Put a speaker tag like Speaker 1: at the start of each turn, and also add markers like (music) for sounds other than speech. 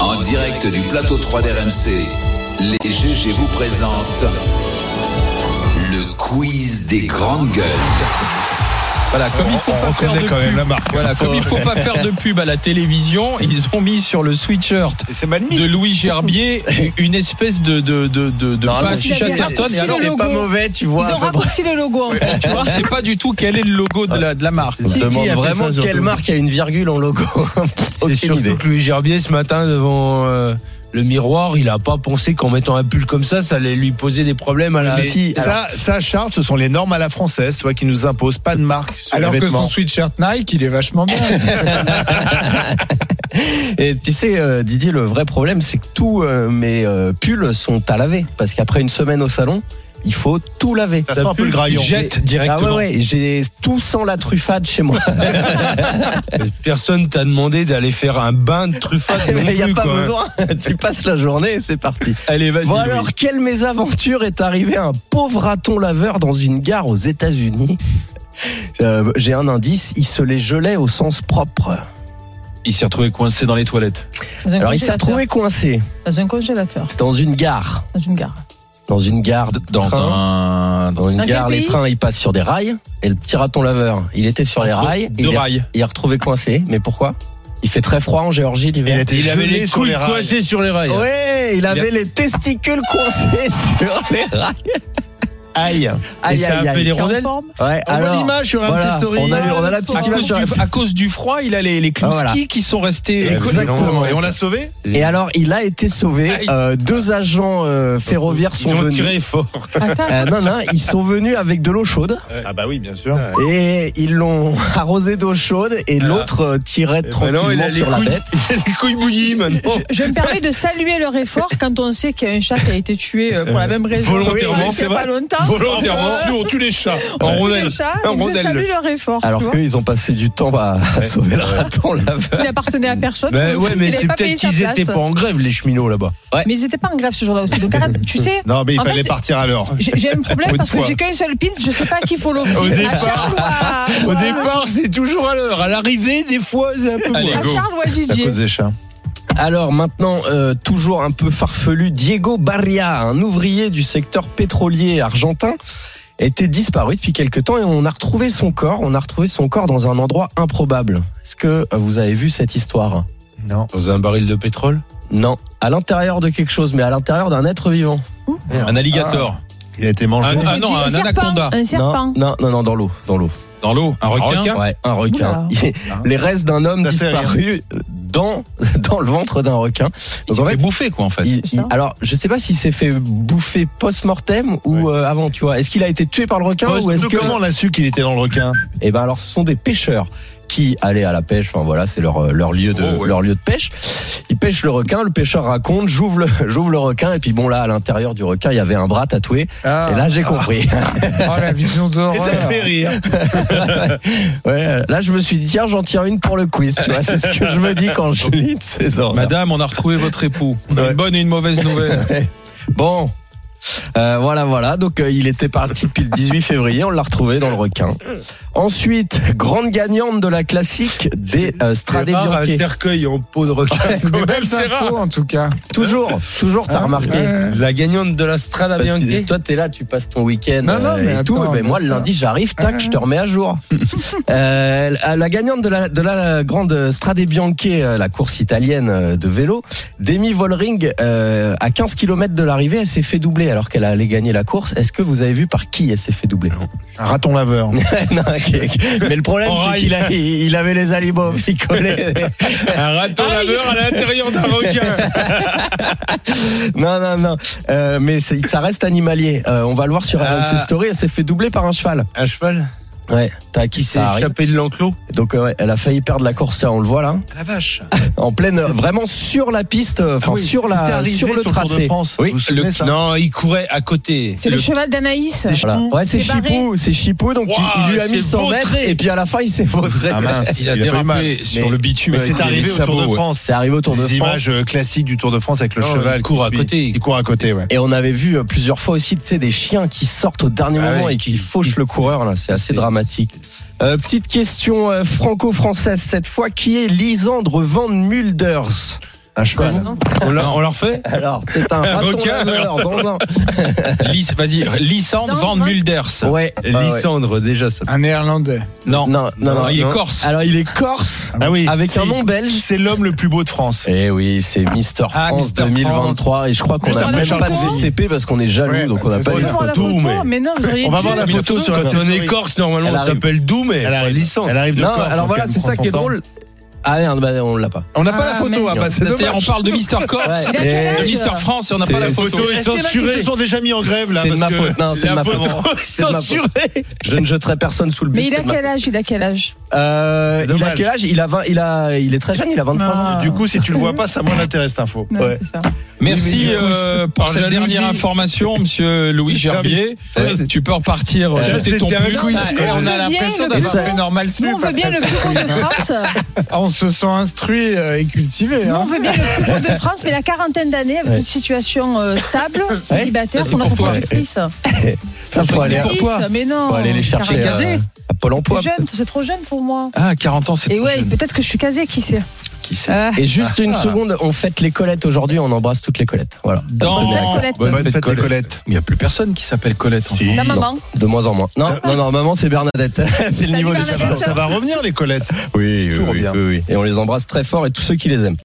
Speaker 1: En direct du plateau 3 d'RMC, les GG vous présentent le quiz des grandes gueules.
Speaker 2: Voilà, comme il faut
Speaker 3: on
Speaker 2: pas faire
Speaker 3: reconnaît
Speaker 2: de
Speaker 3: quand même
Speaker 2: pub.
Speaker 3: la marque.
Speaker 2: Voilà, comme il faut pas faire de pub à la télévision, ils ont mis sur le sweatshirt
Speaker 3: Et c'est mal mis.
Speaker 2: de Louis Gerbier une espèce de de de de, de
Speaker 4: Normalement,
Speaker 2: patch
Speaker 4: il a bien
Speaker 2: Chatterton.
Speaker 4: réussi
Speaker 2: Et alors,
Speaker 4: le
Speaker 2: les-
Speaker 4: logo.
Speaker 5: pas mauvais, tu vois.
Speaker 4: Ils ont
Speaker 5: à peu près.
Speaker 4: raccourci le logo. en fait.
Speaker 2: tu vois, c'est pas du tout quel est le logo de la de la marque.
Speaker 3: Je
Speaker 5: Qui- qui
Speaker 3: demande
Speaker 5: a fait
Speaker 3: vraiment
Speaker 5: ça,
Speaker 3: quelle
Speaker 5: Quelle
Speaker 3: marque
Speaker 5: marque a une virgule en logo
Speaker 6: C'est
Speaker 5: Aucune
Speaker 6: surtout
Speaker 5: idée.
Speaker 6: que Louis Gerbier, ce matin, devant euh, le miroir, il a pas pensé qu'en mettant un pull comme ça, ça allait lui poser des problèmes à la.
Speaker 5: Si, si, alors,
Speaker 3: ça, ça, Charles, ce sont les normes à la française, toi, qui nous imposent pas de marque sur
Speaker 7: Alors
Speaker 3: les
Speaker 7: que
Speaker 3: vêtements.
Speaker 7: son sweatshirt Nike, il est vachement bien.
Speaker 5: (laughs) et tu sais, euh, Didier, le vrai problème, c'est que tous euh, mes euh, pulls sont à laver. Parce qu'après une semaine au salon, il faut tout laver.
Speaker 3: Ça sent un peu le graillon.
Speaker 2: Jette
Speaker 5: Ah ouais,
Speaker 2: directement.
Speaker 5: ouais, j'ai tout sans la truffade chez moi.
Speaker 6: Euh, Personne t'a demandé d'aller faire un bain de truffade. non
Speaker 5: Mais (laughs) il n'y a
Speaker 6: plus,
Speaker 5: (laughs) pas
Speaker 6: quoi, hein.
Speaker 5: besoin. (laughs) tu passes la journée et c'est parti.
Speaker 6: Allez, vas-y.
Speaker 5: Bon
Speaker 6: Louis.
Speaker 5: alors, quelle mésaventure est arrivée à un pauvre raton laveur dans une gare aux États-Unis (laughs) Euh, J'ai un indice, il se les gelait au sens propre.
Speaker 2: Il s'est retrouvé coincé dans les toilettes.
Speaker 4: Dans un
Speaker 5: Alors il s'est
Speaker 4: congélateur.
Speaker 5: retrouvé coincé.
Speaker 4: Dans un congélateur,
Speaker 5: C'est dans une gare.
Speaker 4: dans une gare.
Speaker 5: Dans une gare. de
Speaker 2: Dans
Speaker 5: train.
Speaker 2: un
Speaker 5: Dans une
Speaker 4: Dans quel
Speaker 5: gare, les
Speaker 4: pays
Speaker 5: trains, ils passent sur des rails. Et le petit raton laveur, il était sur les
Speaker 2: entre
Speaker 5: rails.
Speaker 2: deux
Speaker 5: Il est,
Speaker 2: rails.
Speaker 5: il est retrouvé coincé. Mais pourquoi Il fait très froid en Géorgie
Speaker 3: Il
Speaker 5: l'hiver.
Speaker 3: était
Speaker 6: Il avait
Speaker 3: gelé
Speaker 6: les
Speaker 3: sur
Speaker 6: couilles
Speaker 3: les rails.
Speaker 6: coincées sur les rails.
Speaker 5: Ouais, il avait les testicules coincés (laughs) sur les rails. Aïe.
Speaker 6: Et
Speaker 5: Aïe,
Speaker 6: ça
Speaker 5: aïe,
Speaker 6: a fait
Speaker 5: aïe.
Speaker 6: les
Speaker 4: Qui est en
Speaker 6: rondelles.
Speaker 4: forme.
Speaker 5: Ouais,
Speaker 3: On voit
Speaker 5: alors.
Speaker 3: l'image sur
Speaker 5: voilà,
Speaker 3: MC Story.
Speaker 5: on a, on a Ah, la
Speaker 2: À
Speaker 5: petite image
Speaker 2: cause,
Speaker 5: sur
Speaker 2: du, à cause du froid, il a les, les clouskis
Speaker 5: Voilà.
Speaker 2: qui sont restés
Speaker 6: Et
Speaker 2: euh,
Speaker 6: connectés.
Speaker 3: Exactement. Et on l'a sauvé
Speaker 5: Et alors, il a été sauvé.
Speaker 2: Aïe.
Speaker 5: Euh, deux agents euh, ferroviaires sont
Speaker 6: Ils ont
Speaker 5: venus.
Speaker 6: tiré fort.
Speaker 4: Attends,
Speaker 6: (laughs)
Speaker 5: Euh, non, non, ils sont venus avec de l'eau chaude.
Speaker 3: Ah bah oui, bien sûr.
Speaker 5: Et ils l'ont (laughs) arrosé d'eau chaude et l'autre euh,
Speaker 6: ben
Speaker 5: tirait tranquillement sur la bête.
Speaker 6: les couilles bouillies maintenant.
Speaker 4: je, je me permets de saluer leur effort quand on sait qu'il y a un chat qui a été tué euh, pour la même raison.
Speaker 6: volontairement,
Speaker 4: Il y a
Speaker 6: c'est
Speaker 4: pas longtemps.
Speaker 6: Volontairement.
Speaker 3: Enfin, nous, on tue les chats.
Speaker 6: En
Speaker 4: On a
Speaker 6: rondelle.
Speaker 4: un chat,
Speaker 6: En
Speaker 4: donc je
Speaker 6: rondelle,
Speaker 4: salue
Speaker 6: le-
Speaker 4: leur effort. tu
Speaker 5: Alors
Speaker 4: vois.
Speaker 5: qu'eux, ils ont passé du temps à, (laughs) à sauver le raton laveur.
Speaker 4: Il n'appartenait à personne.
Speaker 6: Ben
Speaker 4: donc
Speaker 6: ouais,
Speaker 4: il
Speaker 6: mais
Speaker 4: avait
Speaker 6: c'est
Speaker 4: pas payé
Speaker 6: peut-être
Speaker 4: sa
Speaker 6: qu'ils
Speaker 4: place.
Speaker 6: étaient pas en grève, les cheminots là-bas.
Speaker 4: Mais ils n'étaient pas en grève ce jour-là aussi. Donc arrête, tu sais,
Speaker 3: Non, mais il
Speaker 4: En
Speaker 3: fallait
Speaker 4: fait,
Speaker 3: partir à l'heure.
Speaker 4: j'ai j'ai un problème
Speaker 3: Une
Speaker 4: parce que
Speaker 3: fois.
Speaker 4: j'ai qu'un seul pins, je ne sais pas à qui faut l'offrir.
Speaker 6: Au
Speaker 4: À
Speaker 6: départ.
Speaker 4: Charles ou
Speaker 6: Au
Speaker 4: à.
Speaker 6: départ, c'est toujours à l'heure. À l'arrivée, des fois, c'est un peu
Speaker 2: Allez,
Speaker 6: moins.
Speaker 4: À Charles ou à
Speaker 3: À
Speaker 4: Didier.
Speaker 3: cause des chats.
Speaker 5: (laughs) Alors maintenant, euh, toujours un peu farfelu, Diego Barria, un ouvrier du secteur pétrolier argentin, était disparu depuis quelque temps et on a retrouvé son corps. On a retrouvé son corps dans un endroit improbable. Est-ce que euh, vous avez vu cette histoire
Speaker 3: Non.
Speaker 6: Dans un baril de pétrole
Speaker 5: Non, à l'intérieur de quelque chose, mais à l'intérieur d'un être vivant.
Speaker 2: Un alligator.
Speaker 3: Il a été mangé.
Speaker 2: Ah, non, un anaconda.
Speaker 4: Un serpent.
Speaker 5: Non, non, non, non, dans l'eau, dans l'eau.
Speaker 2: Dans l'eau. Un requin.
Speaker 5: Ouais, un
Speaker 4: Oula.
Speaker 5: requin.
Speaker 2: Ah.
Speaker 5: Les restes d'un homme
Speaker 3: Ça fait
Speaker 5: disparu dans, dans le ventre d'un requin.
Speaker 2: Il
Speaker 5: Donc
Speaker 2: s'est
Speaker 5: en
Speaker 2: fait
Speaker 5: fait,
Speaker 2: bouffer, quoi, en fait.
Speaker 5: il-
Speaker 4: C'est ça.
Speaker 5: il- alors je sais pas s'il s'est fait bouffer post-mortem ou euh, avant, tu vois. Est-ce qu'il a été tué par le requin ou Oh, est-ce
Speaker 3: Nous,
Speaker 5: que
Speaker 3: oh, Comment on a su qu'il était dans le requin
Speaker 5: Eh ben alors ce sont des pêcheurs qui allaient à la pêche. Enfin voilà, c'est leur euh, leur lieu de
Speaker 2: Oh, ouais.
Speaker 5: leur lieu de pêche. Ils pêchent le requin. Le pêcheur raconte, j'ouvre le, (laughs) j'ouvre le requin et puis bon là à l'intérieur du requin il y avait un bras tatoué.
Speaker 7: Ah.
Speaker 5: Et là j'ai compris. (laughs)
Speaker 7: Oh, la vision
Speaker 3: Et ça
Speaker 7: d'horreur.
Speaker 3: fait (laughs) rire.
Speaker 5: Ouais, là, je me suis dit, tiens, j'en tire une pour le quiz. Tu vois, c'est ce que je me dis
Speaker 2: (laughs)
Speaker 5: quand je lis de ces ordres.
Speaker 2: Madame, on a retrouvé votre époux. On a
Speaker 5: Ouais.
Speaker 2: Une bonne et une mauvaise nouvelle.
Speaker 5: Bon. Euh, voilà, voilà. Donc, euh, il était parti depuis le 18 février. On l'a retrouvé dans le requin. Ensuite, grande gagnante de la classique des euh, Strade
Speaker 6: C'est rare, un
Speaker 5: Bianche.
Speaker 6: cercueil en peau de requin.
Speaker 7: C'est des belles infos, en tout cas.
Speaker 5: Toujours, toujours, t'as
Speaker 7: Ah,
Speaker 5: remarqué.
Speaker 7: ouais.
Speaker 6: La gagnante de la Strada
Speaker 5: Parce que
Speaker 6: Bianchi.
Speaker 5: toi, t'es là, tu passes ton week-end
Speaker 7: Ah, Non, non,
Speaker 5: euh,
Speaker 7: mais
Speaker 5: et tout.
Speaker 7: attends,
Speaker 5: mais moi, le
Speaker 7: bien sûr.
Speaker 5: lundi, j'arrive, tac,
Speaker 7: Ah.
Speaker 5: je te remets à
Speaker 7: (laughs)
Speaker 5: jour. Euh, la- la gagnante de la, de la grande Strade Bianche, euh, la course italienne euh, de vélo, Demi Vollering, euh, à 15 km de l'arrivée, elle s'est fait doubler alors qu'elle allait gagner la course. Est-ce que vous avez vu par qui elle s'est fait doubler
Speaker 3: Un raton laveur.
Speaker 5: (laughs) Non, ok, ok. Mais le problème,
Speaker 6: En
Speaker 5: c'est
Speaker 6: rail.
Speaker 5: qu'il a- il il avait les alibos, il
Speaker 7: (laughs)
Speaker 5: collait.
Speaker 6: Un raton laveur à l'intérieur d'un requin.
Speaker 5: Non, non, non. Euh, mais c'est- ça reste animalier. Euh, on va le voir sur
Speaker 6: Ah.
Speaker 5: RMC Story. Elle s'est fait doubler par un cheval.
Speaker 6: Un cheval
Speaker 5: Ouais, t'as
Speaker 6: qui s'est
Speaker 5: ça arrive.
Speaker 6: échappé de l'enclos.
Speaker 5: Donc euh, ouais, elle a failli perdre la course là, on le voit là,
Speaker 6: La vache.
Speaker 5: en pleine, euh, vraiment sur la piste, euh, enfin sur
Speaker 3: Ah C'était
Speaker 5: la,
Speaker 3: arrivé
Speaker 5: sur le
Speaker 3: Tour de
Speaker 5: tracé.
Speaker 3: France.
Speaker 5: Oui,
Speaker 3: Vous vous souvenez, ça
Speaker 6: Non, il courait à côté.
Speaker 4: C'est le cheval d'Anaïs.
Speaker 5: Voilà. Ouais, c'est
Speaker 4: C'est barré.
Speaker 5: Chipou, c'est Chipou, donc il- il,
Speaker 6: Ouah,
Speaker 5: lui a
Speaker 6: c'est
Speaker 5: mis 100 mètres
Speaker 6: vautré.
Speaker 5: et puis à la fin il s'est vautré.
Speaker 3: Ah mince,
Speaker 2: Il a
Speaker 3: pas eu mal.
Speaker 2: dérapé sur
Speaker 5: Mais-
Speaker 2: le bitume.
Speaker 3: Mais
Speaker 2: avec
Speaker 3: c'est
Speaker 2: les
Speaker 3: arrivé au Tour
Speaker 2: sabots,
Speaker 3: de
Speaker 2: ouais.
Speaker 3: France.
Speaker 5: C'est arrivé au Tour de
Speaker 3: Les
Speaker 5: France.
Speaker 3: images euh, classiques du Tour de France avec le
Speaker 6: Non,
Speaker 3: cheval
Speaker 6: il court
Speaker 3: qui
Speaker 6: à
Speaker 3: suit.
Speaker 6: côté.
Speaker 3: Il court à côté, ouais.
Speaker 5: Et on avait vu euh, plusieurs fois aussi, tu sais, des chiens qui sortent au dernier
Speaker 6: Ah
Speaker 5: moment
Speaker 6: ouais,
Speaker 5: et qui
Speaker 6: qui-
Speaker 5: fauchent le coureur là. C'est assez
Speaker 6: C'est-
Speaker 5: dramatique. Euh, petite question euh, franco-française cette fois. Qui est Lisandre Van Mulders Un cheval.
Speaker 4: Non
Speaker 6: On leur, on leur fait
Speaker 5: Alors, c'est un raton
Speaker 2: requin.
Speaker 5: laveur dans
Speaker 2: Lys- Vas-y, Lysandre
Speaker 4: Non,
Speaker 2: Van
Speaker 4: non.
Speaker 2: Mulders.
Speaker 5: un. Ouais.
Speaker 6: Lysandre, déjà ça.
Speaker 7: Un néerlandais.
Speaker 2: Non.
Speaker 5: Non, non, non,
Speaker 2: il est
Speaker 5: non.
Speaker 2: corse.
Speaker 5: Alors, il est corse
Speaker 3: Ah oui.
Speaker 5: avec un
Speaker 3: Si.
Speaker 5: nom belge.
Speaker 3: C'est l'homme le plus beau de France.
Speaker 5: Eh oui, c'est Mister
Speaker 7: Ah,
Speaker 5: France
Speaker 7: Mister
Speaker 5: 2023 et je crois qu'on
Speaker 4: Juste
Speaker 5: n'a
Speaker 4: après
Speaker 5: même
Speaker 4: Charles
Speaker 5: pas de
Speaker 4: Cros.
Speaker 5: VCP parce qu'on est jaloux
Speaker 7: Ouais,
Speaker 5: donc on
Speaker 7: bah,
Speaker 5: n'a pas
Speaker 4: On
Speaker 5: eu
Speaker 4: va
Speaker 5: le
Speaker 4: voir la
Speaker 5: photo.
Speaker 4: photo,
Speaker 5: mais-
Speaker 4: mais non, vous auriez
Speaker 3: On va
Speaker 4: dû.
Speaker 3: voir la
Speaker 4: Mais
Speaker 3: photo sur
Speaker 6: Quand on est corse, normalement,
Speaker 5: Elle
Speaker 6: on
Speaker 5: arrive.
Speaker 6: s'appelle Doom, mais
Speaker 3: Elle arrive.
Speaker 6: Lysandre.
Speaker 3: Elle arrive de
Speaker 5: Non,
Speaker 3: Corse,
Speaker 5: alors
Speaker 3: donc
Speaker 5: voilà,
Speaker 3: elle
Speaker 5: c'est
Speaker 3: prend
Speaker 5: ça
Speaker 3: son
Speaker 5: qui est
Speaker 3: temps.
Speaker 5: drôle. Ah merde, bah, on l'a pas.
Speaker 3: On n'a pas
Speaker 4: Ah,
Speaker 3: la photo,
Speaker 4: merde.
Speaker 3: ah bah c'est
Speaker 2: C'est-à-dire,
Speaker 3: dommage.
Speaker 2: On parle de Mister Corse,
Speaker 4: Il a
Speaker 5: Et-
Speaker 4: quel
Speaker 2: de
Speaker 4: âge
Speaker 2: Mister France et on n'a
Speaker 5: C'est-
Speaker 2: pas la photo.
Speaker 3: Est-ce qu'il y en a qui se sont déjà mis en grève là
Speaker 5: C'est de
Speaker 3: parce
Speaker 5: ma
Speaker 3: que-
Speaker 5: faute. Non, c'est de
Speaker 3: la
Speaker 5: ma faute. C'est de ma faute. Je ne jetterai personne sous le bus.
Speaker 4: Mais il a
Speaker 5: c'est de ma-
Speaker 4: quel âge Il a quel âge
Speaker 5: Euh, il a
Speaker 3: Dommage.
Speaker 5: quel âge Il a 20, il a, il est très jeune, il a 23 ans.
Speaker 4: Ah.
Speaker 3: Du coup, si tu le vois pas, ça moins l'intéresse cette info.
Speaker 4: Non,
Speaker 3: Ouais.
Speaker 4: c'est ça.
Speaker 2: Merci
Speaker 6: Oui, mais du coup,
Speaker 2: euh, pour
Speaker 6: par
Speaker 2: cette
Speaker 6: jalousie.
Speaker 2: dernière information, monsieur
Speaker 6: Ah,
Speaker 2: Louis Gerbier.
Speaker 5: Ouais.
Speaker 2: Tu peux repartir euh,
Speaker 5: Euh,
Speaker 2: jeter ton
Speaker 7: C'était un
Speaker 2: pull.
Speaker 7: quiz.
Speaker 4: Ah,
Speaker 7: Et on
Speaker 4: le
Speaker 7: a
Speaker 4: bien,
Speaker 7: l'impression
Speaker 5: le
Speaker 7: d'avoir
Speaker 5: bien.
Speaker 7: fait normal sup.
Speaker 4: Nous, on veut bien le plus gros de France.
Speaker 7: On se sent instruit euh, et cultivé.
Speaker 4: Nous,
Speaker 7: hein.
Speaker 4: on veut bien le plus gros de France, mais la quarantaine d'années avec
Speaker 5: Ouais.
Speaker 4: une situation euh, stable, célibataire,
Speaker 2: Ça, c'est
Speaker 4: qu'on a
Speaker 2: pour
Speaker 4: pour
Speaker 2: toi.
Speaker 4: actrice.
Speaker 5: Ça faut aller, à-
Speaker 4: Actrice, mais non.
Speaker 5: faut aller les chercher.
Speaker 2: T'es casé
Speaker 5: euh, à Pôle Emploi.
Speaker 4: C'est jeune, c'est trop jeune pour moi.
Speaker 2: Ah, 40 ans, c'est
Speaker 4: Et
Speaker 2: trop
Speaker 4: ouais,
Speaker 2: jeune.
Speaker 4: peut-être que je suis casée, qui sait
Speaker 5: Qui sait
Speaker 4: Ah.
Speaker 5: Et juste une seconde, on fête les Colettes aujourd'hui, on embrasse toutes les Colettes. Voilà.
Speaker 2: Dans-
Speaker 4: Bonne fête, Colette.
Speaker 3: Bonne fête, les
Speaker 2: Colette.
Speaker 3: Colette.
Speaker 2: Mais il n'y a plus personne qui s'appelle Colette. en fait.
Speaker 4: La maman.
Speaker 5: De moins en moins. Non, non, non, maman, c'est Bernadette. c'est le
Speaker 4: Salut,
Speaker 5: niveau des
Speaker 4: Bernadette.
Speaker 3: Ça va revenir les Colettes.
Speaker 5: Oui, oui,
Speaker 3: Tout
Speaker 5: (laughs) oui,
Speaker 3: revient.
Speaker 5: oui, oui. Et on les embrasse très fort et tous ceux qui les aiment.